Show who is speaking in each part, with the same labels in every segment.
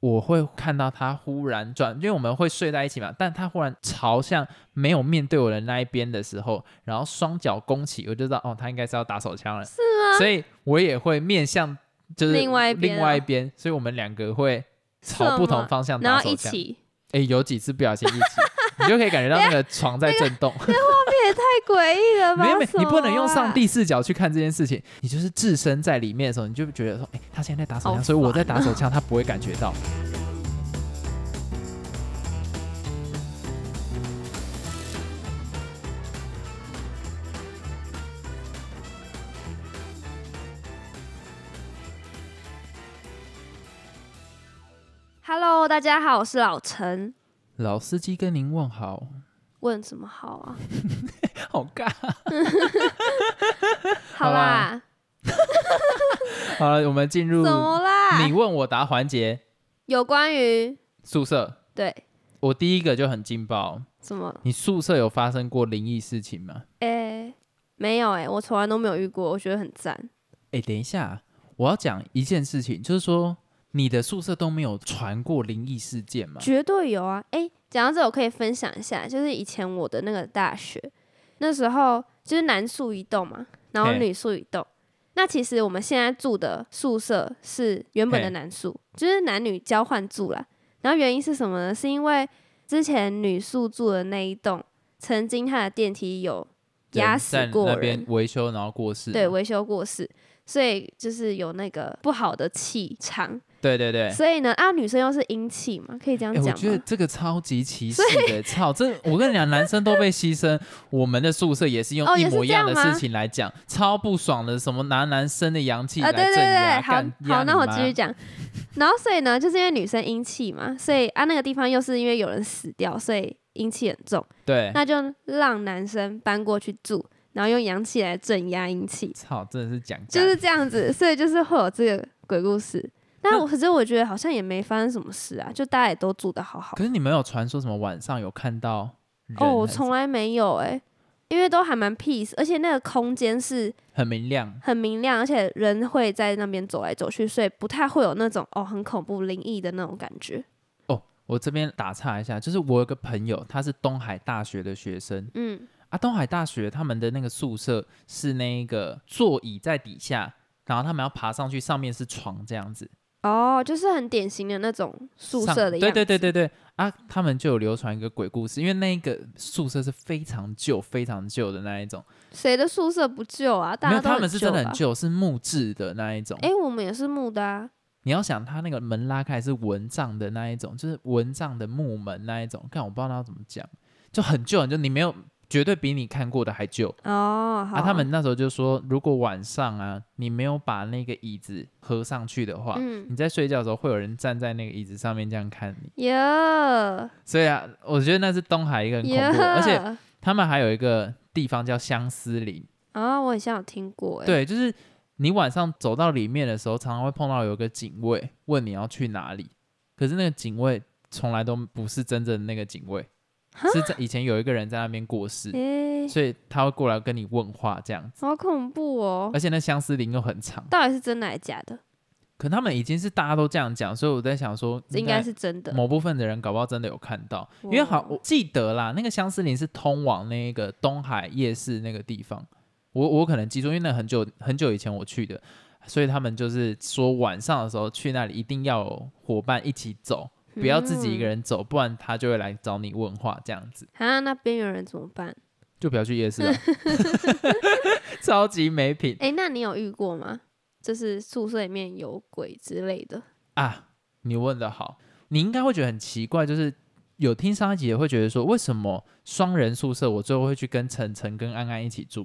Speaker 1: 我会看到他忽然转，因为我们会睡在一起嘛，但他忽然朝向没有面对我的那一边的时候，然后双脚弓起，我就知道哦，他应该是要打手枪了。是吗？所以我也会面向就是
Speaker 2: 另外一边
Speaker 1: 另
Speaker 2: 啊
Speaker 1: 外一边，所以我们两个会朝不同方向
Speaker 2: 然
Speaker 1: 打
Speaker 2: 后
Speaker 1: 手
Speaker 2: 一
Speaker 1: 枪。
Speaker 2: 起，
Speaker 1: 哎、有几次不小心一起，你就可以感觉到那个床在震动。
Speaker 2: 这也太诡异了吧？
Speaker 1: 没有没有
Speaker 2: 什，么
Speaker 1: 你不能用上
Speaker 2: 啊
Speaker 1: 帝视角去看这件事情，你就是置身在里面的时候，你就觉得说，哎、他现在在打手
Speaker 2: 好
Speaker 1: 枪，所以我
Speaker 2: 烦哦
Speaker 1: 在打手枪，他不会感觉到。
Speaker 2: Hello，大家好，我是老陈。
Speaker 1: 老司机跟您问好，
Speaker 2: 问什么好啊？
Speaker 1: 好尬。
Speaker 2: 好
Speaker 1: 啊
Speaker 2: 啦，
Speaker 1: 好了，我们进入
Speaker 2: 怎么啊啦
Speaker 1: 你？问我答环节。
Speaker 2: 有关于
Speaker 1: 宿舍，
Speaker 2: 对
Speaker 1: 我第一个就很劲爆。
Speaker 2: 什么？
Speaker 1: 你宿舍有发生过灵异事情吗？
Speaker 2: 哎、没有哎、我从来都没有遇过，我觉得很赞。
Speaker 1: 哎、等一下，我要讲一件事情，就是说你的宿舍都没有传过灵异事件吗？
Speaker 2: 绝对有啊！哎、讲到这，我可以分享一下，就是以前我的那个大学，那时候就是男宿一栋嘛，然后
Speaker 1: 嘿
Speaker 2: 女宿一栋。那其实我们现在住的宿舍是原本的
Speaker 1: 嘿
Speaker 2: 男宿，就是男女交换住啦。然后原因是什么呢？是因为之前女宿住的那一栋，曾经它的电梯有压
Speaker 1: 人
Speaker 2: 死
Speaker 1: 在
Speaker 2: 过
Speaker 1: 那
Speaker 2: 人，
Speaker 1: 边维修，然后过世。
Speaker 2: 对，维修过世，所以就是有那个不好的气场。
Speaker 1: 对对对。
Speaker 2: 所以呢，啊，女生又是阴气嘛，可以这样
Speaker 1: 哎、
Speaker 2: 讲
Speaker 1: 我
Speaker 2: 吗？
Speaker 1: 觉得这个超级歧视的，操！这我跟你讲，男生都被牺 牲。我们的宿舍也是用
Speaker 2: 哦
Speaker 1: 一
Speaker 2: 也是
Speaker 1: 模一
Speaker 2: 这样
Speaker 1: 的
Speaker 2: 吗
Speaker 1: 事情来讲，超不爽的，什么拿男生的阳气
Speaker 2: 啊，
Speaker 1: 来
Speaker 2: 对对
Speaker 1: 镇压，
Speaker 2: 对，
Speaker 1: 干
Speaker 2: 好好，那我继续。讲。然后所以呢，就是因为女生阴气嘛，所以啊那个地方又是因为有人死掉，所以阴气很重，
Speaker 1: 对，
Speaker 2: 那就让男生搬过去住，然后用阳气来镇压阴气，
Speaker 1: 操，真的是讲干
Speaker 2: 就是这样子，所以就是会有这个鬼故事。但我可是我觉得好像也没发生什么事啊，就大家也都住的好好
Speaker 1: 可。是你们有传说什么晚上有看到人
Speaker 2: 哦，我
Speaker 1: 还是
Speaker 2: 从来没有哎、因为都还蛮 peace，而且那个空间是
Speaker 1: 很明亮，
Speaker 2: 很明亮，而且人会在那边走来走去，所以不太会有那种哦很恐怖灵异的那种感觉。
Speaker 1: 我这边打岔一下，就是我有个朋友，他是东海大学的学生
Speaker 2: 嗯，
Speaker 1: 啊。东海大学他们的那个宿舍是那个座椅在底下，然后他们要爬上去，上面是床这样子。
Speaker 2: 哦，就是很典型的那种宿
Speaker 1: 上
Speaker 2: 舍的样子。
Speaker 1: 对对对对对啊！他们就有流传一个鬼故事，因为那一个宿舍是非常旧、非常旧的那一种，
Speaker 2: 谁的宿舍不旧啊？大
Speaker 1: 没
Speaker 2: 家
Speaker 1: 有
Speaker 2: 都
Speaker 1: 他们是真的很
Speaker 2: 旧吧。
Speaker 1: 旧，是木质的那一种。
Speaker 2: 哎、我们也是木的啊。
Speaker 1: 你要想，它那个门拉开是蚊帐的那一种，就是蚊帐的木门那一种。看我不知道他要怎么讲，就很旧，就你没有绝对比你看过的还旧。
Speaker 2: 哦，好。
Speaker 1: 啊，他们那时候就说，如果晚上啊，你没有把那个椅子合上去的话，
Speaker 2: 嗯，
Speaker 1: 你在睡觉的时候会有人站在那个椅子上面这样看你。
Speaker 2: 耶
Speaker 1: 所以啊，我觉得那是东海一个很恐
Speaker 2: 耶，
Speaker 1: 怖的，而且他们还有一个地方叫相思林，
Speaker 2: 啊、我好像有听过哎、，
Speaker 1: 对，就是你晚上走到里面的时候，常常会碰到有个警卫问你要去哪里，可是那个警卫从来都不是真正的那个警卫，是在以前有一个人在那边过世，
Speaker 2: 哎、
Speaker 1: 所以他会过来跟你问话这样子。
Speaker 2: 好恐怖哦！
Speaker 1: 而且那相思林又很长，
Speaker 2: 到底是真的还是假的？
Speaker 1: 可他们已经是大家都这样讲，所以我在想说，
Speaker 2: 应该是真的。
Speaker 1: 某部分的人搞不好真的有看到，因为好
Speaker 2: 哇
Speaker 1: 我记得啦，那个相思林是通往那个东海夜市那个地方，我我可能记住，因为那很久很久以前我去的，所以他们就是说晚上的时候去那里一定要有伙伴一起走，不要自己一个
Speaker 2: 嗯
Speaker 1: 人走，不然他就会来找你问话这样子，
Speaker 2: 啊，那边缘人怎么办？
Speaker 1: 就不要去夜市 了，超级没品
Speaker 2: 哎、那你有遇过吗？就是宿舍里面有鬼之类的？
Speaker 1: 啊！你问的好，你应该会觉得很奇怪，就是。有听上一集也会觉得说，为什么双人宿舍我最后会去跟晨晨跟安安一起住？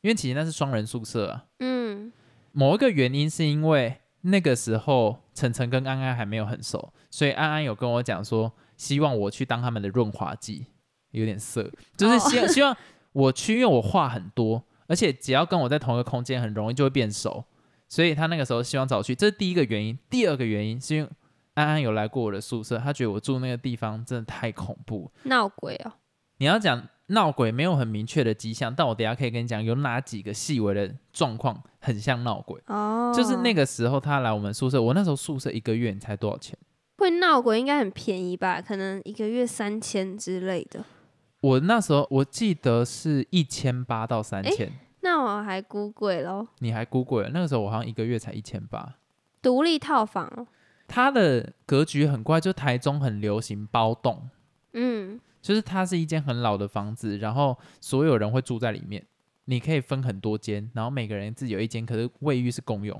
Speaker 1: 因为其实那是双人宿舍啊。
Speaker 2: 嗯，
Speaker 1: 某一个原因是因为那个时候晨晨跟安安还没有很熟，所以安安有跟我讲说，希望我去当他们的润滑剂，有点色，就是希希望我去，因为我话很多，而且只要跟我在同一个空间，很容易就会变熟，所以他那个时候希望找我去，这是第一个原因。第二个原因是因为安安有来过我的宿舍，他觉得我住那个地方真的太恐怖，
Speaker 2: 闹鬼哦。
Speaker 1: 你要讲闹鬼没有很明确的迹象，但我等一下可以跟你讲有哪几个细微的状况很像闹鬼。
Speaker 2: 哦，
Speaker 1: 就是那
Speaker 2: 个
Speaker 1: 个时候他来我们宿舍，我那时候宿舍一个月你猜多少钱？
Speaker 2: 会闹鬼应该很便宜吧？可能一个月三千之类的。
Speaker 1: 我那时候我记得是一千八到三千，
Speaker 2: 那我还估贵喽，
Speaker 1: 你还估过了？那个时候我好像一个月才一千八。
Speaker 2: 独立套房哦，
Speaker 1: 它的格局很怪，就台中很流行包栋，
Speaker 2: 嗯，
Speaker 1: 就是它是一间很老的房子，然后所有人会住在里面，你可以分很多间，然后每个人自己有一间，可是卫浴是共用。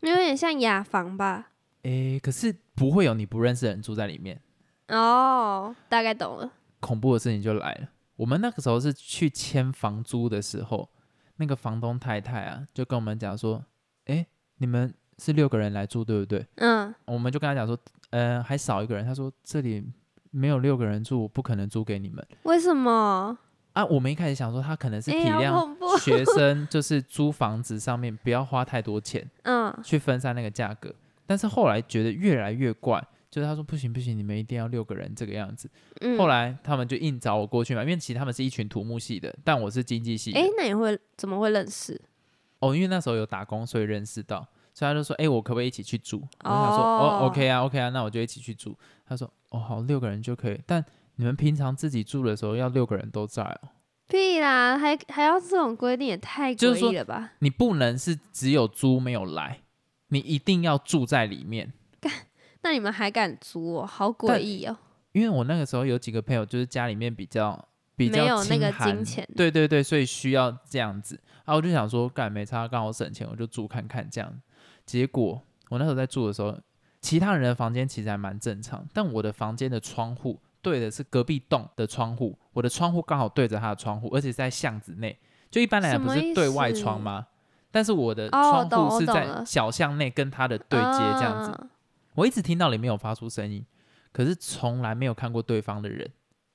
Speaker 2: 有点像雅房吧？
Speaker 1: 诶，可是不会有你不认识的人住在里面。
Speaker 2: 哦，大概懂了。
Speaker 1: 恐怖的事情就来了，我们那个时候是去签房租的时候，那个房东太太啊，就跟我们讲说，诶，你们是六个人来住对不对？
Speaker 2: 嗯，
Speaker 1: 我们就跟他讲说，呃，还少一个人。他说这里没有六个人住，我不可能租给你们
Speaker 2: 为什么？
Speaker 1: 啊。我们一开始想说他可能是
Speaker 2: 哎
Speaker 1: 体
Speaker 2: 好
Speaker 1: 谅
Speaker 2: 恐怖
Speaker 1: 学生，就是租房子上面不要花太多钱
Speaker 2: 嗯，
Speaker 1: 去分散那个价格，但是后来觉得越来越怪。就是他说不行不行，你们一定要六个人这个样子。
Speaker 2: 嗯
Speaker 1: 后，来他们就硬找我过去嘛，因为其实他们是一群土木系的，但我是经济系的。
Speaker 2: 哎、那你会怎么会认识？
Speaker 1: 哦，因为那时候有打工，所以认识到，所以他就说，哎、我可不可以一起去住？我就想说，哦
Speaker 2: 哦
Speaker 1: ，OK 啊，OK 啊，那我就一起去住。他说，哦，好，六个人就可以，但你们平常自己住的时候要六个人都在哦，
Speaker 2: 屁啦，还还要这种规定也太
Speaker 1: 就是说
Speaker 2: 诡异了吧？
Speaker 1: 你不能是只有租没有来，你一定要住在里面。
Speaker 2: 那你们还敢租我、好诡
Speaker 1: 但
Speaker 2: 异哦！
Speaker 1: 因为我那个时候有几个朋友，就是家里面比较比较
Speaker 2: 没有那个
Speaker 1: 清寒
Speaker 2: 金钱
Speaker 1: 对对对，所以需要这样子。啊，我就想说，干没差，刚好省钱，我就住看看这样。结果我那时候在住的时候，其他人的房间其实还蛮正常，但我的房间的窗户对的是隔壁栋的窗户，我的窗户刚好对着他的窗户，而且是在巷子内。就一般来讲
Speaker 2: 什
Speaker 1: 不
Speaker 2: 么
Speaker 1: 是
Speaker 2: 意
Speaker 1: 对外
Speaker 2: 思
Speaker 1: 窗吗？但是我的
Speaker 2: 哦
Speaker 1: 窗
Speaker 2: 懂
Speaker 1: 户
Speaker 2: 我
Speaker 1: 是
Speaker 2: 懂
Speaker 1: 在
Speaker 2: 了
Speaker 1: 小巷内跟他的对接这样子。
Speaker 2: 啊
Speaker 1: 我一直听到里面有发出声音，可是从来没有看过对方的人，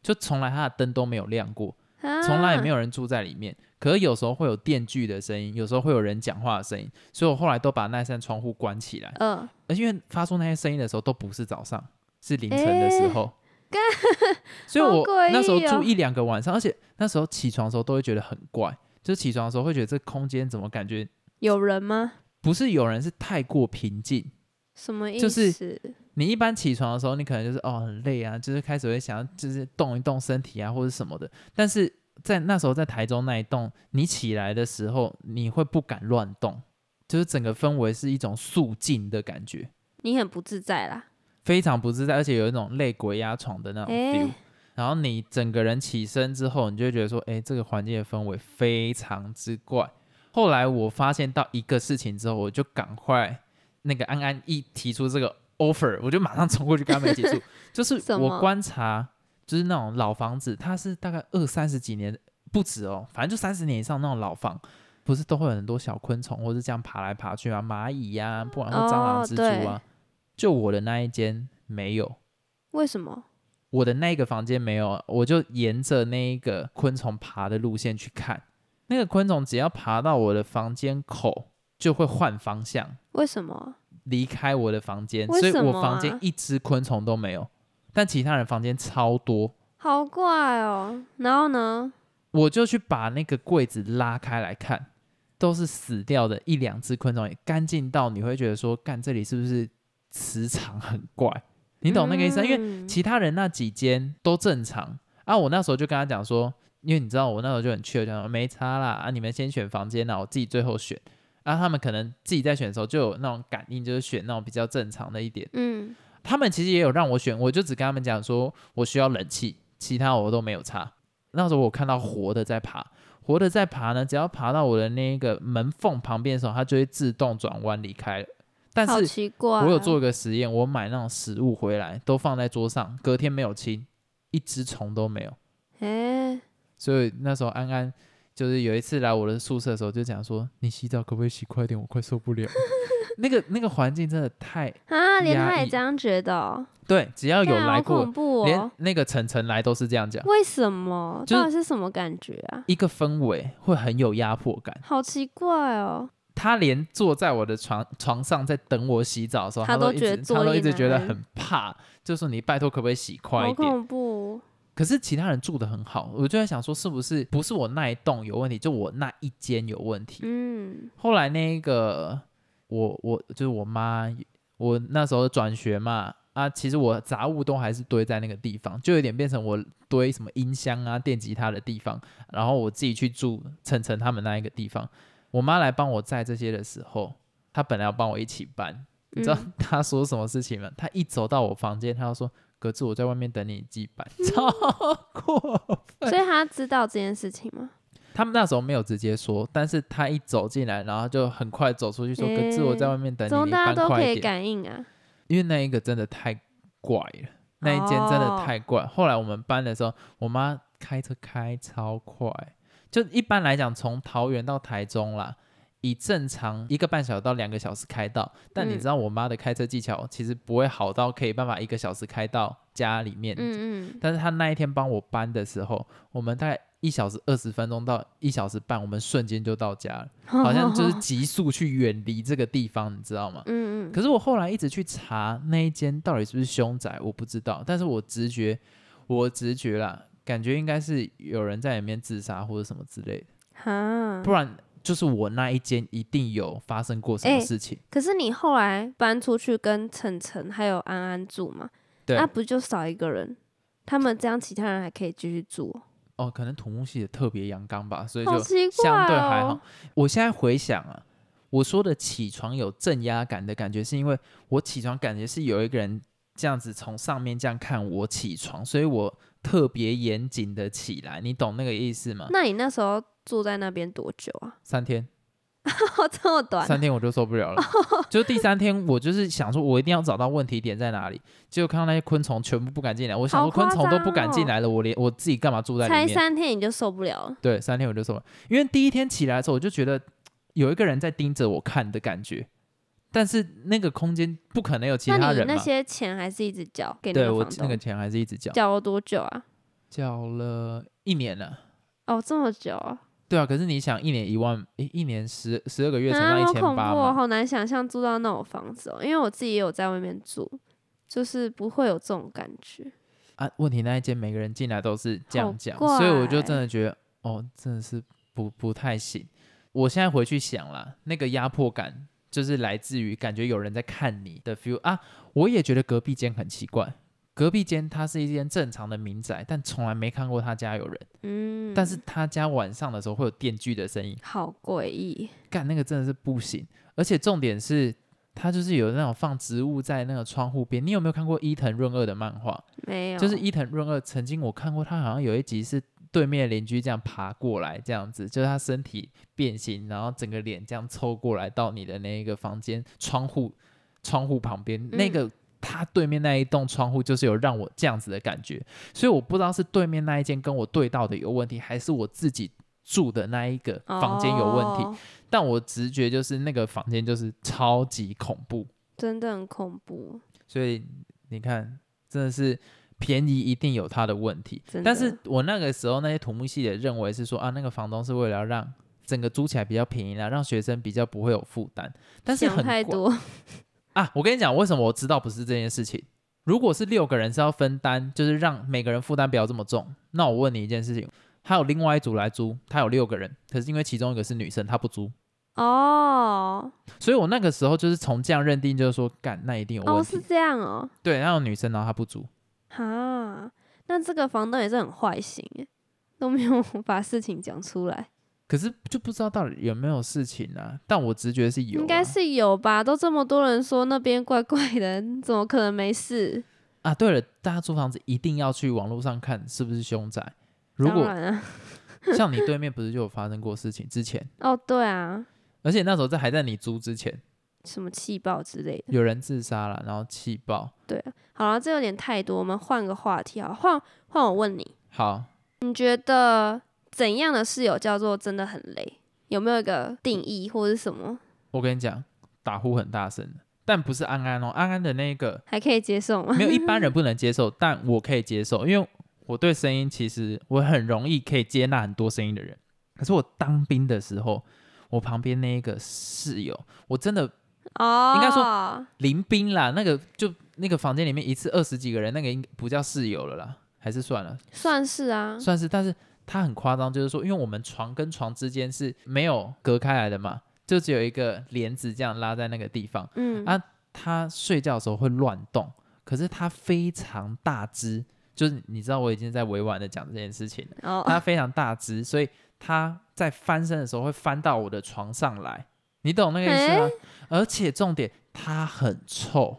Speaker 1: 就从来他的灯都没有亮过，
Speaker 2: 啊
Speaker 1: 从来也没
Speaker 2: 有。
Speaker 1: 有人住在里面。可是有时候会有电锯的声音，有时候会有人讲话的声音，所以我后来都把那扇窗户关起来。
Speaker 2: 嗯、
Speaker 1: 而且因为发出那些声音的时候都不是早上，是凌晨的时候。所以我
Speaker 2: 好诡异哦
Speaker 1: 那时候住一两个晚上，而且那时候起床的时候都会觉得很怪，就起床的时候会觉得这空间怎么感觉
Speaker 2: 有人吗？
Speaker 1: 不是有人，是太过平静。
Speaker 2: 什么意思？
Speaker 1: 就是你一般起床的时候，你可能就是哦很累啊，就是开始会想要就是动一动身体啊或者什么的。但是在那时候在台中那一栋，你起来的时候你会不敢乱动，就是整个氛围是一种肃静的感觉，
Speaker 2: 你很不自在啦。
Speaker 1: 非常不自在，而且有一种累鬼压床的那种 feel、
Speaker 2: 哎
Speaker 1: 然后你整个人起身之后，你就会觉得说，哎，这个环境的氛围非常之怪。后来我发现到一个事情之后，我就赶快那个安安一提出这个 offer，我就马上冲过去跟他们一起住。就是
Speaker 2: 什
Speaker 1: 我
Speaker 2: 么
Speaker 1: 观察，就是那种老房子，它是大概二三十几年不止哦，反正就三十年以上那种老房，不是都会有很多小昆虫或是这样爬来爬去啊，蚂蚁呀、不然后蟑螂、
Speaker 2: 哦
Speaker 1: 蜘蛛啊。就我的那一间没有，
Speaker 2: 为什么？
Speaker 1: 我的那个房间没有，啊我就沿着那一个昆虫爬的路线去看。那个昆虫只要爬到我的房间口，就会换方向
Speaker 2: 为什么？
Speaker 1: 离开我的房间，
Speaker 2: 为
Speaker 1: 所以
Speaker 2: 什
Speaker 1: 我
Speaker 2: 么
Speaker 1: 房间
Speaker 2: 啊
Speaker 1: 一只昆虫都没有，但其他人房间超多。
Speaker 2: 好怪哦。然后呢？
Speaker 1: 我就去把那个柜子拉开来看，都是死掉的一两只昆虫，干净到你会觉得说，干这里是不是磁场很怪？你懂那个意思啊？因为
Speaker 2: 为
Speaker 1: 其他人那几间都正常啊。我那时候就跟他讲说，因为你知道我那时候就很确定，没差啦啊，你们先选房间啦，我自己最后选。啊，他们可能自己在选的时候就有那种感应，就是选那种比较正常的一点。
Speaker 2: 嗯，
Speaker 1: 他们其实也有让我选，我就只跟他们讲说我需要冷气，其他我都没有差。那时候我看到活的在爬，活的在爬呢，只要爬到我的那个门缝旁边的时候，它就会自动转弯离开了。但
Speaker 2: 好
Speaker 1: 是
Speaker 2: 奇怪、啊哦
Speaker 1: 我有，做一个实验，我买那种食物回来，都放在桌上，隔天没有清，一只虫都没有。
Speaker 2: 哎、
Speaker 1: 所以那时候安安就是有一次来我的宿舍的时候，就讲说：“你洗澡可不可以洗快点？我快受不了。” 那个那个环境真的太
Speaker 2: 啊，连
Speaker 1: 压
Speaker 2: 他也
Speaker 1: 抑
Speaker 2: 这样觉得、哦，
Speaker 1: 对，只要有
Speaker 2: 干
Speaker 1: 来
Speaker 2: 好
Speaker 1: 过
Speaker 2: 恐，怖
Speaker 1: 连
Speaker 2: 哦。
Speaker 1: 那个晨晨来都是这样讲，
Speaker 2: 为什么？
Speaker 1: 就是
Speaker 2: 到底是什么感觉啊？
Speaker 1: 一个氛围会很有压迫感。
Speaker 2: 好奇怪哦。
Speaker 1: 他连坐在我的床床上在等我洗澡的时候，
Speaker 2: 他
Speaker 1: 他都
Speaker 2: 都
Speaker 1: 一
Speaker 2: 觉得
Speaker 1: 直
Speaker 2: 坐
Speaker 1: 他都
Speaker 2: 立
Speaker 1: 一直
Speaker 2: 难
Speaker 1: 觉得
Speaker 2: 安
Speaker 1: 很怕，就说你拜托可不可以洗快一
Speaker 2: 好
Speaker 1: 点？
Speaker 2: 恐怖！哦
Speaker 1: 可是其他人住的很好，我就在想说，是不是不是我那一栋有问题，就我那一间有问题？
Speaker 2: 嗯，
Speaker 1: 后来那个我我就是我妈，我那时候转学嘛，啊，其实我杂物都还是堆在那个地方，就有点变成我堆什么音箱啊、电吉他的地方，然后我自己去住晨晨他们那一个地方。我妈来帮我载这些的时候，她本来要帮我一起搬，你知道
Speaker 2: 嗯
Speaker 1: 她说什么事情吗？她一走到我房间，她就说：“格子，我在外面等你寄搬。”超过 分
Speaker 2: 嗯所以他知道这件事情吗？
Speaker 1: 他们那时候没有直接说，但是他一走进来，然后就很快走出去说：“
Speaker 2: 欸
Speaker 1: 格子，我在外面等
Speaker 2: 怎
Speaker 1: 你，
Speaker 2: 么
Speaker 1: 你
Speaker 2: 大家
Speaker 1: 搬
Speaker 2: 都可
Speaker 1: 快
Speaker 2: 以
Speaker 1: 一点。
Speaker 2: 感应啊？”
Speaker 1: 因为那一个真的太怪了，那一间真的太怪。后来我们搬的时候，我妈开车开超快，就一般来讲，从桃园到台中啦，以正常一个半小时到两个小时开到。但你
Speaker 2: 嗯
Speaker 1: 知道我妈的开车技巧其实不会好到可以办法一个小时开到家里面，
Speaker 2: 嗯嗯，
Speaker 1: 但是他那一天帮我搬的时候，我们大概一小时二十分钟到一小时半，我们瞬间就到家了，好像就是急速去远离这个地方，你知道吗？
Speaker 2: 嗯嗯，
Speaker 1: 可是我后来一直去查那一间到底是不是凶宅，我不知道，但是我直觉，我直觉啦，感觉应该是有人在里面自杀或者什么之类的，
Speaker 2: 哈
Speaker 1: 不。然就是我那一间一定有发生过什么
Speaker 2: 哎
Speaker 1: 事情。
Speaker 2: 可是你后来搬出去跟晨晨还有安安住嘛？
Speaker 1: 对
Speaker 2: 那、不就少一个人？他们这样其他人还可以继续住哦、
Speaker 1: 哦，可能土木系的特别阳刚吧，所以就
Speaker 2: 好奇怪、哦，
Speaker 1: 相对还好。我现在回想啊，我说的起床有镇压感的感觉，是因为我起床感觉是有一个人这样子从上面这样看我起床，所以我特别严谨的起来，你懂那个意思吗？
Speaker 2: 那你那时候住在那边多久啊？
Speaker 1: 三天，
Speaker 2: 这么短啊？
Speaker 1: 三天我就受不了 了，就第三天我就是想说，我一定要找到问题点在哪里，结果看到那些昆虫全部不敢进来，我想
Speaker 2: 好
Speaker 1: 说昆虫
Speaker 2: 夸
Speaker 1: 都
Speaker 2: 张
Speaker 1: 不敢进
Speaker 2: 哦
Speaker 1: 来了，我连我自己干嘛住在里
Speaker 2: 才
Speaker 1: 面？
Speaker 2: 三天你就受不了了？
Speaker 1: 对，三天我就受不了，因为第一天起来的时候，我就觉得有一个人在盯着我看的感觉，但是那个空间不可能有其
Speaker 2: 那
Speaker 1: 他
Speaker 2: 你
Speaker 1: 人
Speaker 2: 那
Speaker 1: 嘛。
Speaker 2: 些钱还是一直交给那
Speaker 1: 对
Speaker 2: 个
Speaker 1: 我
Speaker 2: 房
Speaker 1: 那
Speaker 2: 东？
Speaker 1: 个钱还是一直缴，
Speaker 2: 缴了多久啊？
Speaker 1: 缴了一年了。
Speaker 2: 哦，这么久啊！
Speaker 1: 对啊，可是你想，一年一万，诶，一年十十二个月乘
Speaker 2: 啊，
Speaker 1: 上一
Speaker 2: 好
Speaker 1: 千
Speaker 2: 恐怖、
Speaker 1: 八
Speaker 2: 哦，
Speaker 1: 嘛，
Speaker 2: 好难想象住到那种房子哦。因为我自己也有在外面住，就是不会有这种感觉。
Speaker 1: 啊，问题那一间每个人进来都是这样
Speaker 2: 好
Speaker 1: 讲，
Speaker 2: 怪欸
Speaker 1: 所以我就真的觉得，哦，真的是不不太行。我现在回去想啦，那个压迫感就是来自于感觉有人在看你的 feel 啊。我也觉得隔壁间很奇怪，隔壁间它是一间正常的民宅，但从来没看过他家有人，
Speaker 2: 嗯，
Speaker 1: 但是他家晚上的时候会有电锯的声音，
Speaker 2: 好诡异。
Speaker 1: 干那个真的是不行。而且重点是，他就是有那种放植物在那个窗户边。你有没有看过伊藤润二的漫画？
Speaker 2: 没有，
Speaker 1: 就是伊藤润二曾经我看过，他好像有一集是对面邻居这样爬过来，这样子，就是他身体变形，然后整个脸这样凑过来到你的那一个房间窗户窗户旁边、那
Speaker 2: 嗯
Speaker 1: 个。他对面那一栋窗户就是有让我这样子的感觉，所以我不知道是对面那一间跟我对到的有问题，还是我自己住的那一个房间有问题。
Speaker 2: 哦
Speaker 1: 但我直觉就是那个房间就是超级恐怖，
Speaker 2: 真的很恐怖。
Speaker 1: 所以你看，真的是便宜一定有它的问题
Speaker 2: 真。的
Speaker 1: 但是我那个时候那些土木系的认为是说啊，那个房东是为了要让整个租起来比较便宜啦，让学生比较不会有负担。但是
Speaker 2: 想
Speaker 1: 很
Speaker 2: 太
Speaker 1: 怪
Speaker 2: 多，
Speaker 1: 啊！我跟你讲，为什么我知道不是这件事情？如果是六个人是要分担，就是让每个人负担不要这么重。那我问你一件事情，还有另外一组来租，他有六个人，可是因为其中一个是女生，她不租，
Speaker 2: 哦
Speaker 1: 所以我那个时候就是从这样认定，就是说干那一定有
Speaker 2: 哦
Speaker 1: 问题。
Speaker 2: 是这样哦，
Speaker 1: 对，然后女生然后她不租，
Speaker 2: 哈，那这个房东也是很坏心耶，都没有 把事情讲出来，
Speaker 1: 可是就不知道到底有没有事情啊？但我直觉是有、啊，
Speaker 2: 应该是有吧？都这么多人说那边怪怪的，怎么可能没事？
Speaker 1: 啊。对了，大家租房子一定要去网络上看是不是凶宅。如
Speaker 2: 当
Speaker 1: 果
Speaker 2: 然啊，
Speaker 1: 像你对面不是就有发生过事情之前，
Speaker 2: 哦对啊，
Speaker 1: 而且那时候在还在你租之前，
Speaker 2: 什么气爆之类的，
Speaker 1: 有人自杀了，然后气爆。
Speaker 2: 对啊。好了，这有点太多，我们换个话题啊，换换我问你，
Speaker 1: 好，
Speaker 2: 你觉得怎样的室友叫做真的很累？有没有一个定义或者什么
Speaker 1: 我跟你讲，打呼很大声，但不是安安哦，安安的那个
Speaker 2: 还可以接受吗？
Speaker 1: 没有一般人不能接受，但我可以接受，因为我对声音其实我很容易可以接纳很多声音的人。可是我当兵的时候，我旁边那一个室友，我真的
Speaker 2: 哦，
Speaker 1: 应该
Speaker 2: 说
Speaker 1: 临兵啦，那个就那个房间里面一次二十几个人，那个应不叫室友了啦，还是算了，
Speaker 2: 算是啊，
Speaker 1: 算是。但是他很夸张，就是说，因为我们床跟床之间是没有隔开来的嘛，就只有一个帘子这样拉在那个地方。
Speaker 2: 嗯
Speaker 1: 啊他睡觉的时候会乱动，可是它非常大只，就是你知道我已经在委婉的讲这件事情了，它
Speaker 2: 哦，
Speaker 1: 非常大只，所以它在翻身的时候会翻到我的床上来，你懂那个意思吗？而且重点，它很臭，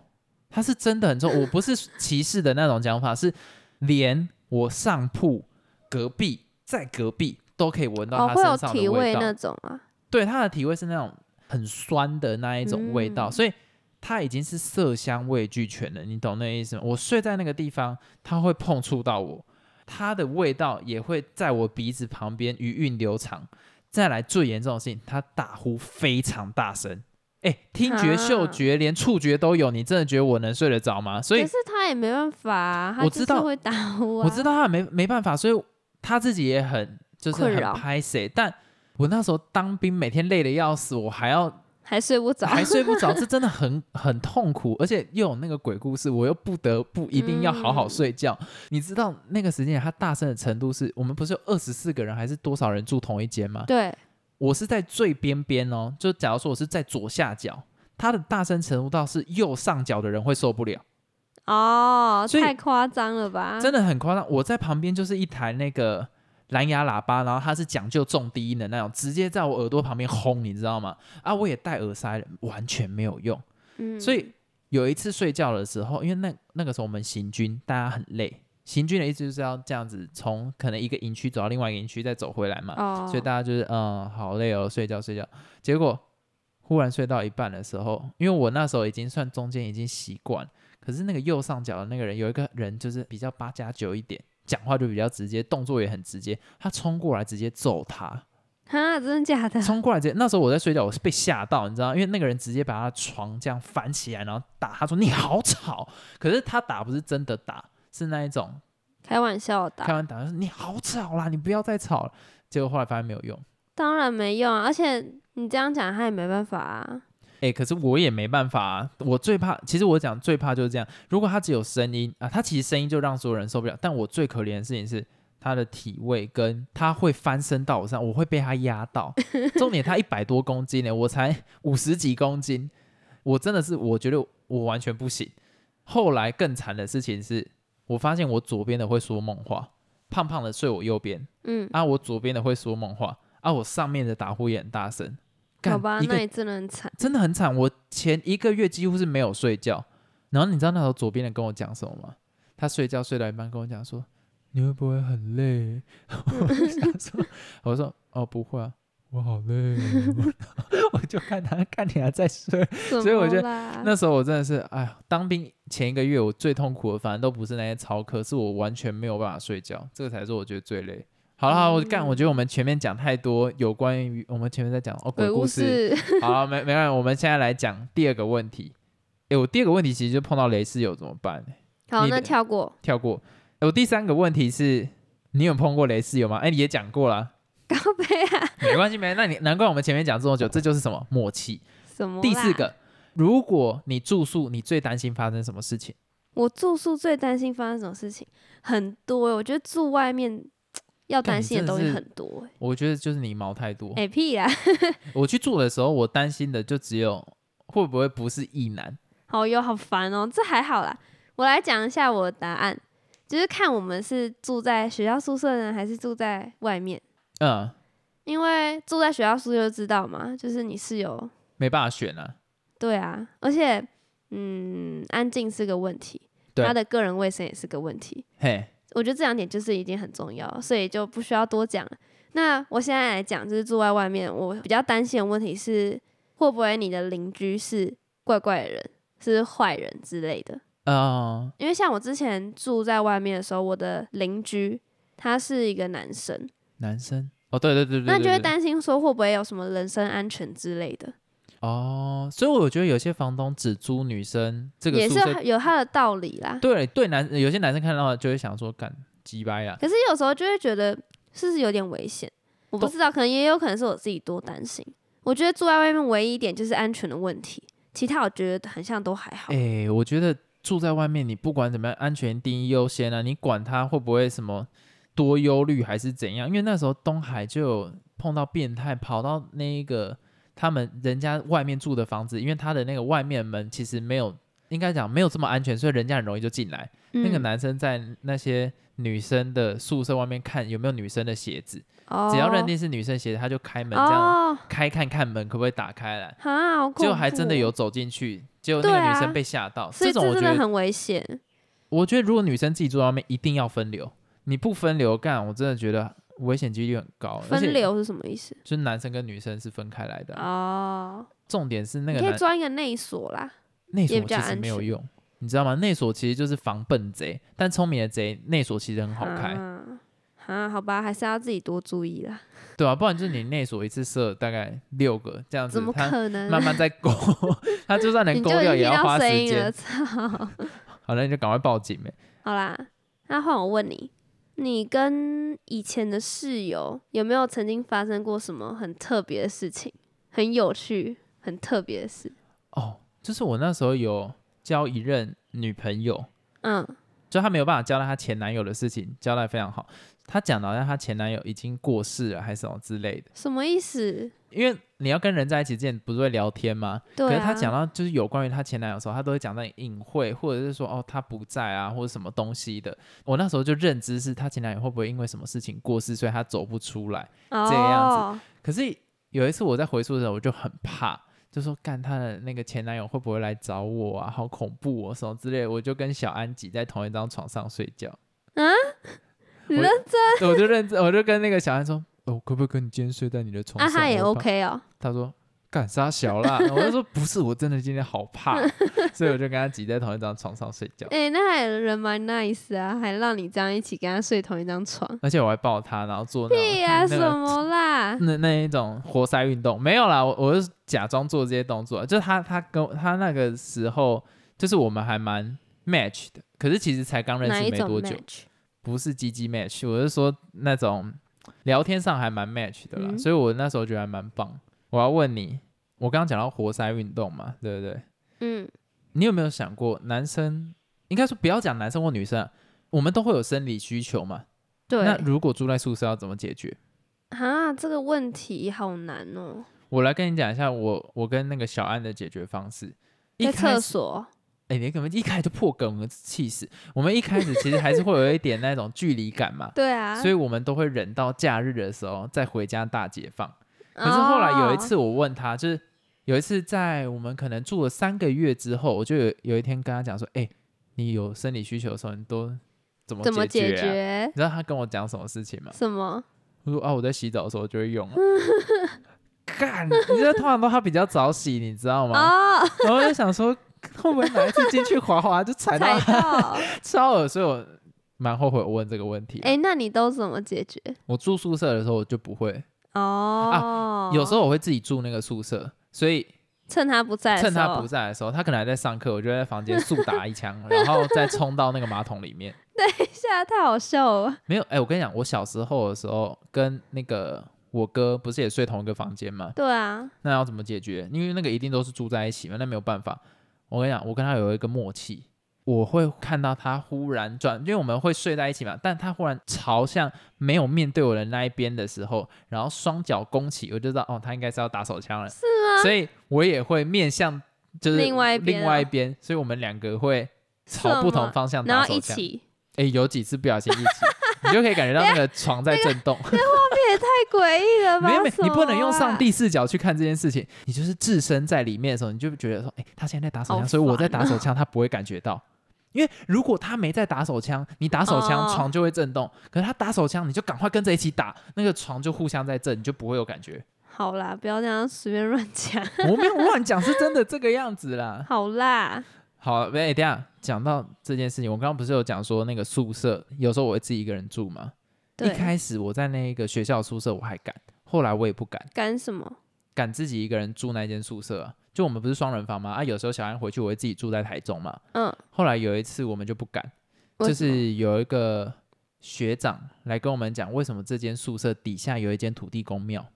Speaker 1: 它是真的很臭，我不是歧视的那种讲法，是连我上铺隔壁在隔壁都可以闻到
Speaker 2: 哦，
Speaker 1: 它
Speaker 2: 会有
Speaker 1: 身上的
Speaker 2: 体
Speaker 1: 味
Speaker 2: 味
Speaker 1: 道。
Speaker 2: 那种啊，
Speaker 1: 对，它的体味是那种很酸的那一种味道，
Speaker 2: 嗯
Speaker 1: 所以它已经是色香味俱全了，你懂那个意思吗？我睡在那个地方，它会碰触到我，它的味道也会在我鼻子旁边余韵流长。再来最严重的事情，它打呼非常大声，哎，听觉、
Speaker 2: 啊
Speaker 1: 嗅觉连触觉都有，你真的觉得我能睡得着吗？所以
Speaker 2: 可是他也没办法啊，他
Speaker 1: 我
Speaker 2: 就
Speaker 1: 知
Speaker 2: 是
Speaker 1: 道
Speaker 2: 会打呼啊，
Speaker 1: 我知道他没没办法，所以他自己也很就是
Speaker 2: 困
Speaker 1: 很
Speaker 2: 扰
Speaker 1: 拍谁，但我那时候当兵，每天累得要死，我还要
Speaker 2: 还睡不着，
Speaker 1: 还睡不着，这真的很很痛苦，而且又有那个鬼故事，我又不得不一定要好好睡觉。你知道那个时间点它大声的程度是，我们不是有二十四个人还是多少人住同一间吗？
Speaker 2: 对，
Speaker 1: 我是在最边边哦，就假如说我是在左下角，它的大声程度到是右上角的人会受不了，
Speaker 2: 哦，
Speaker 1: 所以
Speaker 2: 太夸张了吧？
Speaker 1: 真的很夸张。我在旁边就是一台那个。蓝牙喇叭，然后它是讲究重低音的那种，直接在我耳朵旁边轰，你知道吗？啊，我也戴耳塞了，完全没有用。
Speaker 2: 嗯，
Speaker 1: 所以有一次睡觉的时候，因为那那个时候我们行军，大家很累。行军的意思就是要这样子，从可能一个营区走到另外一个营区，再走回来嘛。
Speaker 2: 哦，
Speaker 1: 所以大家就是嗯，好累哦，睡觉睡觉。结果忽然睡到一半的时候，因为我那时候已经算中间已经习惯，可是那个右上角的那个人有一个人就是比较八加九一点，讲话就比较直接，动作也很直接，他冲过来直接揍他。
Speaker 2: 哈，真的假 的？
Speaker 1: 冲过来直接，那时候我在睡觉，我是被吓到，你知道吗，因为那个人直接把他的床这样翻起来，然后打，他说你好吵，可是他打不是真的打，是那一种
Speaker 2: 开玩笑的
Speaker 1: 开
Speaker 2: 啊，
Speaker 1: 完打他说你好吵啦，你不要再吵了，结果后来发现没有用，
Speaker 2: 当然没用啊，而且你这样讲他也没办法啊。
Speaker 1: 哎、可是我也没办法、啊，我最怕，其实我讲最怕就是这样，如果他只有声音啊，他其实声音就让所有人受不了，但我最可怜的事情是。他的体味跟他会翻身到我身上，我会被他压 到。重点他一百多公斤呢，欸我才五十几公斤，我真的是我觉得我完全不行。后来更惨的事情是，我发现我左边的会说梦话，胖胖的睡我右边，
Speaker 2: 嗯，
Speaker 1: 啊，我左边的会说梦话，啊，我上面的打呼也很大声。干
Speaker 2: 好吧，
Speaker 1: 一个
Speaker 2: 那你真的很惨。
Speaker 1: 真的很惨。我前一个月几乎是没有睡觉。然后你知道那时候左边的跟我讲什么吗？他睡觉睡到一半跟我讲说：“你会不会很累？” 我想说，我说：“哦，不会啊，我好累哦。” 我就看他看你还在睡。 所
Speaker 2: 所
Speaker 1: 以我觉得
Speaker 2: 得
Speaker 1: 那时候我真的是，哎呀，当兵前一个月我最痛苦的，反正都不是那些操课，是我完全没有办法睡觉，这个才是我觉得最累。好了，好啦我干，
Speaker 2: 嗯
Speaker 1: 我觉得我们前面讲太多有关于我们前面在讲哦鬼
Speaker 2: 鬼
Speaker 1: 故
Speaker 2: 故
Speaker 1: 事，
Speaker 2: 事
Speaker 1: 好，没没关系，我们现在来讲第二个问题。诶，我第二个问题其实就碰到雷室友怎么办？
Speaker 2: 好，
Speaker 1: 你的
Speaker 2: 那跳过。
Speaker 1: 跳过。诶我第三个问题是，你有碰过雷室友吗？哎，你也讲过啦，
Speaker 2: 高飞啊，
Speaker 1: 没关系，没关系。那你难怪我们前面讲这么久，这就是什么默契。
Speaker 2: 什么？
Speaker 1: 第四，个，如果你住宿，你最担心发生什么事情？
Speaker 2: 我住宿最担心发生什么事情很多欸、我觉得住外面要
Speaker 1: 干
Speaker 2: 担
Speaker 1: 你
Speaker 2: 心
Speaker 1: 真
Speaker 2: 的
Speaker 1: 的
Speaker 2: 东西
Speaker 1: 是
Speaker 2: 很多欸、
Speaker 1: 我觉得就是你毛太多。
Speaker 2: 哎、屁啦！
Speaker 1: 我去住的时候，我担心的就只有会不会不是异男。
Speaker 2: 好哟，好烦哦，这还好啦。我来讲一下我的答案，就是看我们是住在学校宿舍呢，还是住在外面。
Speaker 1: 嗯，
Speaker 2: 因为住在学校宿舍就知道嘛，就是你室友，
Speaker 1: 没办法选啊。
Speaker 2: 对啊，而且嗯，安静是个问题，
Speaker 1: 对
Speaker 2: 他的个人卫生也是个问题。
Speaker 1: 嘿，
Speaker 2: 我觉得这两点就是已经很重要了，所以就不需要多讲了。那我现在来讲，就是住在外面，我比较担心的问题是，会不会你的邻居是怪怪的人，是坏人之类的？
Speaker 1: 嗯，
Speaker 2: 因为像我之前住在外面的时候，我的邻居他是一个男生，
Speaker 1: 男生。哦，对对对对对
Speaker 2: 那就
Speaker 1: 对
Speaker 2: 会担心说会不会有什么人身安全之类的，
Speaker 1: 哦，所以我觉得有些房东只租女生这个
Speaker 2: 也
Speaker 1: 宿
Speaker 2: 是
Speaker 1: 舍，
Speaker 2: 有他的道理啦。
Speaker 1: 对对男有些男生看到了就会想说干鸡掰啊，
Speaker 2: 可是有时候就会觉得是不是有点危险？我不
Speaker 1: 懂
Speaker 2: 知道，可能也有可能是我自己多担心。我觉得住在外面唯一一点就是安全的问题，其他我觉得很像都还好。
Speaker 1: 哎、我觉得住在外面你不管怎么样，安全第一优先啊，你管他会不会什么多忧虑还是怎样，因为那时候东海就有碰到变态跑到那一个他们人家外面住的房子，因为他的那个外面门其实没有应该讲没有这么安全，所以人家很容易就进来。那
Speaker 2: 嗯
Speaker 1: 个男生在那些女生的宿舍外面看有没有女生的鞋子，只要认定是女生鞋子，他就开门这样、
Speaker 2: 哦，
Speaker 1: 开看看门可不可以打开来。
Speaker 2: 哈，好恐怖
Speaker 1: 结果还真的有
Speaker 2: 哦，
Speaker 1: 走进去，结果那个
Speaker 2: 对啊
Speaker 1: 女生被吓到。
Speaker 2: 所以
Speaker 1: 种
Speaker 2: 这
Speaker 1: 我觉
Speaker 2: 真的
Speaker 1: 得，
Speaker 2: 很危险。
Speaker 1: 我觉得如果女生自己住在外面，一定要分流。你不分流干，我真的觉得危险几率很高。哦而且
Speaker 2: 分流是什么意思？
Speaker 1: 就是男生跟女生是分开来的啊、
Speaker 2: 哦，
Speaker 1: 重点是那
Speaker 2: 你
Speaker 1: 个
Speaker 2: 可以
Speaker 1: 男
Speaker 2: 装一个内锁啦。
Speaker 1: 内
Speaker 2: 也
Speaker 1: 锁
Speaker 2: 比
Speaker 1: 其
Speaker 2: 较
Speaker 1: 实
Speaker 2: 安
Speaker 1: 没有
Speaker 2: 全
Speaker 1: 用，你知道吗？内锁其实就是防笨贼，但聪明的贼内锁其实很好开，
Speaker 2: 啊，啊好吧，还是要自己多注意啦。
Speaker 1: 对啊，不然就是你内锁一次设大概六个这样
Speaker 2: 怎
Speaker 1: 子
Speaker 2: 么，
Speaker 1: 它
Speaker 2: 可能？
Speaker 1: 慢慢在勾， 它就算能
Speaker 2: 你
Speaker 1: 勾
Speaker 2: 就已
Speaker 1: 掉
Speaker 2: 经
Speaker 1: 也
Speaker 2: 听
Speaker 1: 要
Speaker 2: 到
Speaker 1: 花
Speaker 2: 声
Speaker 1: 时
Speaker 2: 音
Speaker 1: 间。
Speaker 2: 了，操！
Speaker 1: 好了，那你就赶快报警呗。
Speaker 2: 好啦，那换我问你，你跟以前的室友有没有曾经发生过什么很特别的事情？很有趣、很特别的事？
Speaker 1: 哦，就是我那时候有交一任女朋友，
Speaker 2: 嗯，
Speaker 1: 就她没有办法交代她前男友的事情，交代非常好。她讲到像她前男友已经过世了，还是什么之类的。
Speaker 2: 什么意思？
Speaker 1: 因为你要跟人在一起之前，不是会聊天吗？
Speaker 2: 对、啊，
Speaker 1: 可是她讲到就是有关于她前男友的时候，她都会讲到隐晦，或者是说哦她不在啊，或者什么东西的。我那时候就认知是她前男友会不会因为什么事情过世，所以她走不出来。
Speaker 2: 这
Speaker 1: 这个样子
Speaker 2: 哦、
Speaker 1: 可是有一次我在回溯的时候，我就很怕，就说干她的那个前男友会不会来找我啊？好恐怖哦，什么之类的。我就跟小安挤在同一张床上睡觉，
Speaker 2: 你
Speaker 1: 我
Speaker 2: 认真
Speaker 1: 我就认真，我就跟那个小安说，哦，可不可以跟你今天睡在你的床
Speaker 2: 啊，
Speaker 1: 上？
Speaker 2: 他也
Speaker 1: 我怕
Speaker 2: OK 哦，
Speaker 1: 他说干啥小 啦？我就说不是，我真的今天好怕，所以我就跟他挤在同一张床上睡 觉，
Speaker 2: 哎、那还有人蛮 nice 啊，还让你这样一起跟他睡同一张床，
Speaker 1: 而且我还抱他，然后做那
Speaker 2: 对呀、
Speaker 1: 种啊
Speaker 2: 什
Speaker 1: 那个
Speaker 2: 么 啦？
Speaker 1: 那那一种活塞运动没有啦，我我是假装做这些动作，就是他他跟他那个时候，就是我们还蛮 match 的，可是其实才刚认
Speaker 2: 哪
Speaker 1: 识
Speaker 2: 一
Speaker 1: 没
Speaker 2: 种
Speaker 1: 多久，
Speaker 2: match？
Speaker 1: 不是鸡鸡 match，我是说那种聊天上还蛮 match 的啦，
Speaker 2: 嗯
Speaker 1: 所以我那时候觉得还蛮棒。我要问你，我刚刚讲到活塞运动嘛，对不对？
Speaker 2: 嗯，
Speaker 1: 你有没有想过，男生应该说不要讲男生或女生啊，我们都会有生理需求嘛？
Speaker 2: 对
Speaker 1: 那如果住在宿舍要怎么解决？
Speaker 2: 啊，这个问题好难哦，
Speaker 1: 我来跟你讲一下我我跟那个小安的解决方式。一
Speaker 2: 在
Speaker 1: 开始，
Speaker 2: 厕所，
Speaker 1: 哎、你怎么一开始就破梗，我们气死。我们一开始其实还是会有一点那种距离感嘛
Speaker 2: 对 啊，
Speaker 1: 所
Speaker 2: 以
Speaker 1: 以我们都会忍到假日的时候再回家大解放。可是后来
Speaker 2: 哦
Speaker 1: 有一次我问他，就是有一次在我们可能住了三个月之后，我就有有一天跟他讲说，哎、你有生理需求的时候，你都怎么
Speaker 2: 怎么
Speaker 1: 解决
Speaker 2: 解
Speaker 1: 啊、
Speaker 2: 决？
Speaker 1: 你知道他跟我讲什么事情吗？
Speaker 2: 什么？
Speaker 1: 我说啊，我在洗澡的时候就会用、啊。干，你知道通常都他比较早洗，你知道吗？
Speaker 2: 哦，
Speaker 1: 然后我就想说，会不会哪一次进去滑滑就踩到
Speaker 2: 踩到。
Speaker 1: 超耳，所以我蛮后悔我问这个问题。
Speaker 2: 哎、那你都怎么解决？
Speaker 1: 我住宿舍的时候我就不会，啊
Speaker 2: 哦，
Speaker 1: 有时候我会自己住那个宿舍，所以
Speaker 2: 趁他不在的
Speaker 1: 趁
Speaker 2: 时候，
Speaker 1: 他不在的时候，他可能还在上课，我就在房间速打一枪，然后再冲到那个马桶里面。
Speaker 2: 等一下哎太好笑了。
Speaker 1: 没有，哎、我跟你讲，我小时候的时候跟那个我哥不是也睡同一个房间吗？
Speaker 2: 对啊，
Speaker 1: 那要怎么解决？因为那个一定都是住在一起嘛，那没有办法。我跟你讲，我跟他有一个默契，我会看到他忽然转，因为我们会睡在一起嘛，但他忽然朝向没有面对我的那一边的时候，然后双脚弓起，我就知道哦，他应该是要打手枪了。是吗？所以我也会面向就是
Speaker 2: 啊另外一边啊
Speaker 1: 另外一边，所以我们两个会
Speaker 2: 什
Speaker 1: 朝
Speaker 2: 么
Speaker 1: 不同方向
Speaker 2: 然
Speaker 1: 打
Speaker 2: 后
Speaker 1: 手
Speaker 2: 一
Speaker 1: 枪。
Speaker 2: 起，
Speaker 1: 哎、有几次不小心一起，你就可以感觉到那个床 在震动。
Speaker 2: 太诡异了吧？
Speaker 1: 没有没有，
Speaker 2: 什么
Speaker 1: 你不能用上
Speaker 2: 啊
Speaker 1: 帝视角去看这件事情，你就是置身在里面的时候，你就觉得说，哎、他现在在打手
Speaker 2: 好
Speaker 1: 枪，所以我在
Speaker 2: 烦
Speaker 1: 打手枪，他不会感觉到。因为如果他没在打手枪，你打手枪、
Speaker 2: 哦
Speaker 1: 床就会震动；可是他打手枪，你就赶快跟着一起打，那个床就互相在震，你就不会有感 觉。
Speaker 2: 好啦，不要这样随便乱讲。
Speaker 1: 我没有乱讲，是真的这个样子啦。
Speaker 2: 好啦，
Speaker 1: 好，哎、等一下讲到这件事情，我刚刚不是有讲说那个宿舍，有时候我会自己一个人住嘛。一
Speaker 2: 对，
Speaker 1: 开始我在那个学校宿舍我还敢，后来我也不敢。
Speaker 2: 干什么？
Speaker 1: 敢自己一个人住那间宿舍、啊，就我们不是双人房吗？啊，有时候小安回去我会自己住在台中嘛。
Speaker 2: 嗯，
Speaker 1: 后来有一次我们就不敢，
Speaker 2: 为
Speaker 1: 就
Speaker 2: 什么
Speaker 1: 是有一个学长来跟我们讲，为什么这间宿舍底下有一间土地公庙，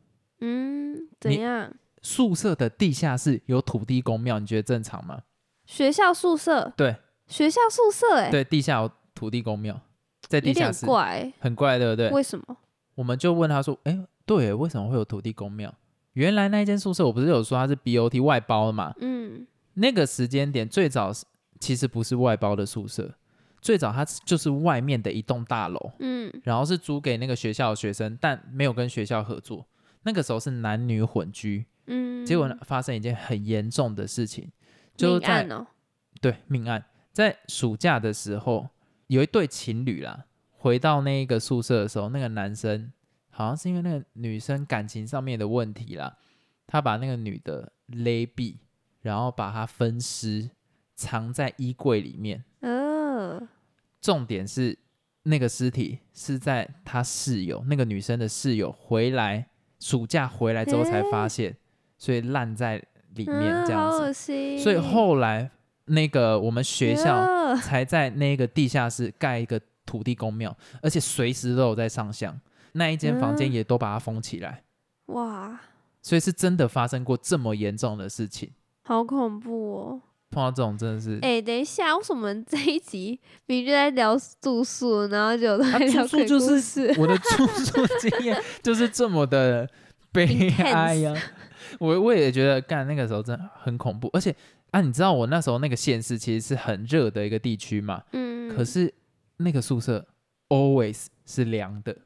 Speaker 2: 嗯，怎
Speaker 1: 你
Speaker 2: 样？
Speaker 1: 宿舍的地下室有土地公庙，你觉得正常吗？
Speaker 2: 学校宿舍？
Speaker 1: 对，
Speaker 2: 学校宿舍、欸，哎，
Speaker 1: 对，地下有土地公庙，在
Speaker 2: 有
Speaker 1: 地下
Speaker 2: 点
Speaker 1: 室，
Speaker 2: 怪、
Speaker 1: 很怪，对不对
Speaker 2: 欸，？为什么？
Speaker 1: 我们就问他说：“哎、对耶，为什么会有土地公庙？原来那一间宿舍，我不是有说它是 BOT 外包的嘛？
Speaker 2: 嗯，
Speaker 1: 那个时间点最早是其实不是外包的宿舍，最早它就是外面的一栋大楼，
Speaker 2: 嗯，
Speaker 1: 然后是租给那个学校的学生，但没有跟学校合作。那个时候是男女混居，
Speaker 2: 嗯，
Speaker 1: 结果呢发生一件很严重的事情，就是
Speaker 2: 命案
Speaker 1: 在
Speaker 2: 哦，
Speaker 1: 对命案，在暑假的时候，有一对情侣啦，回到那个宿舍的时候，那个男生好像是因为那个女生感情上面的问题啦，他把那个女的勒毙，然后把她分尸，藏在衣柜里面。
Speaker 2: 呃，
Speaker 1: 重点是那个尸体是在他室友那个女生的室友回来，暑假回来之后才发现，所以烂在里面
Speaker 2: 啊
Speaker 1: 这样
Speaker 2: 好
Speaker 1: 子。
Speaker 2: 恶心。啊
Speaker 1: 所以后来那个我们学校
Speaker 2: 哟
Speaker 1: 才在那个地下室盖一个土地公庙，而且随时都有在上香，那一间房间
Speaker 2: 嗯
Speaker 1: 也都把它封起来，
Speaker 2: 哇，
Speaker 1: 所以是真的发生过这么严重的事情。
Speaker 2: 好恐怖哦！
Speaker 1: 碰到这种真的是，
Speaker 2: 哎、等一下，为什么这一集明明就在聊住宿，然后就在
Speaker 1: 啊
Speaker 2: 聊
Speaker 1: 住宿
Speaker 2: 鬼
Speaker 1: 就
Speaker 2: 故
Speaker 1: 是
Speaker 2: 事？
Speaker 1: 我的住宿经验就是这么的悲
Speaker 2: Intense
Speaker 1: 哀呀、 我我也觉得干那个时候真的很恐怖，而且啊，你知道我那时候那个县市其实是很热的一个地区嘛，
Speaker 2: 嗯，
Speaker 1: 可是那个宿舍 always 是凉的，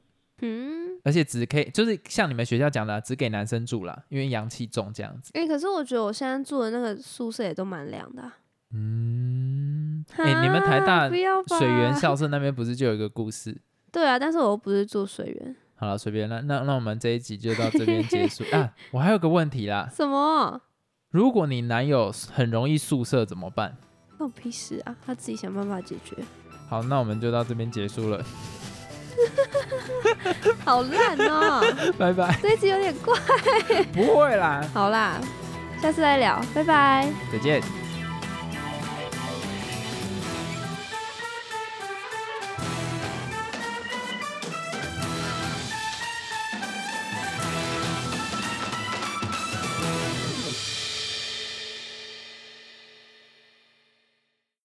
Speaker 2: 嗯，
Speaker 1: 而且只可以就是像你们学校讲的啊、只给男生住啦，因为阳气重这样子。
Speaker 2: 哎、可是我觉得我现在住的那个宿舍也都蛮凉的啊、
Speaker 1: 嗯，哎、
Speaker 2: 啊
Speaker 1: 你们台大
Speaker 2: 不要吧
Speaker 1: 水源校舍那边不是就有一个故事？
Speaker 2: 对啊，但是我又不是住水源，
Speaker 1: 好了，随便那那那我们这一集就到这边结 束啊。我还有个问题啦，
Speaker 2: 什么？
Speaker 1: 如果你男友很容易宿舍怎么办？
Speaker 2: 那我屁事啊，他自己想办法解决，
Speaker 1: 好，那我们就到这边结束了，
Speaker 2: 好烂哦，
Speaker 1: 拜拜。
Speaker 2: 这一集有点怪。
Speaker 1: 不会啦，
Speaker 2: 好啦，下次再聊，拜拜。
Speaker 1: 再见。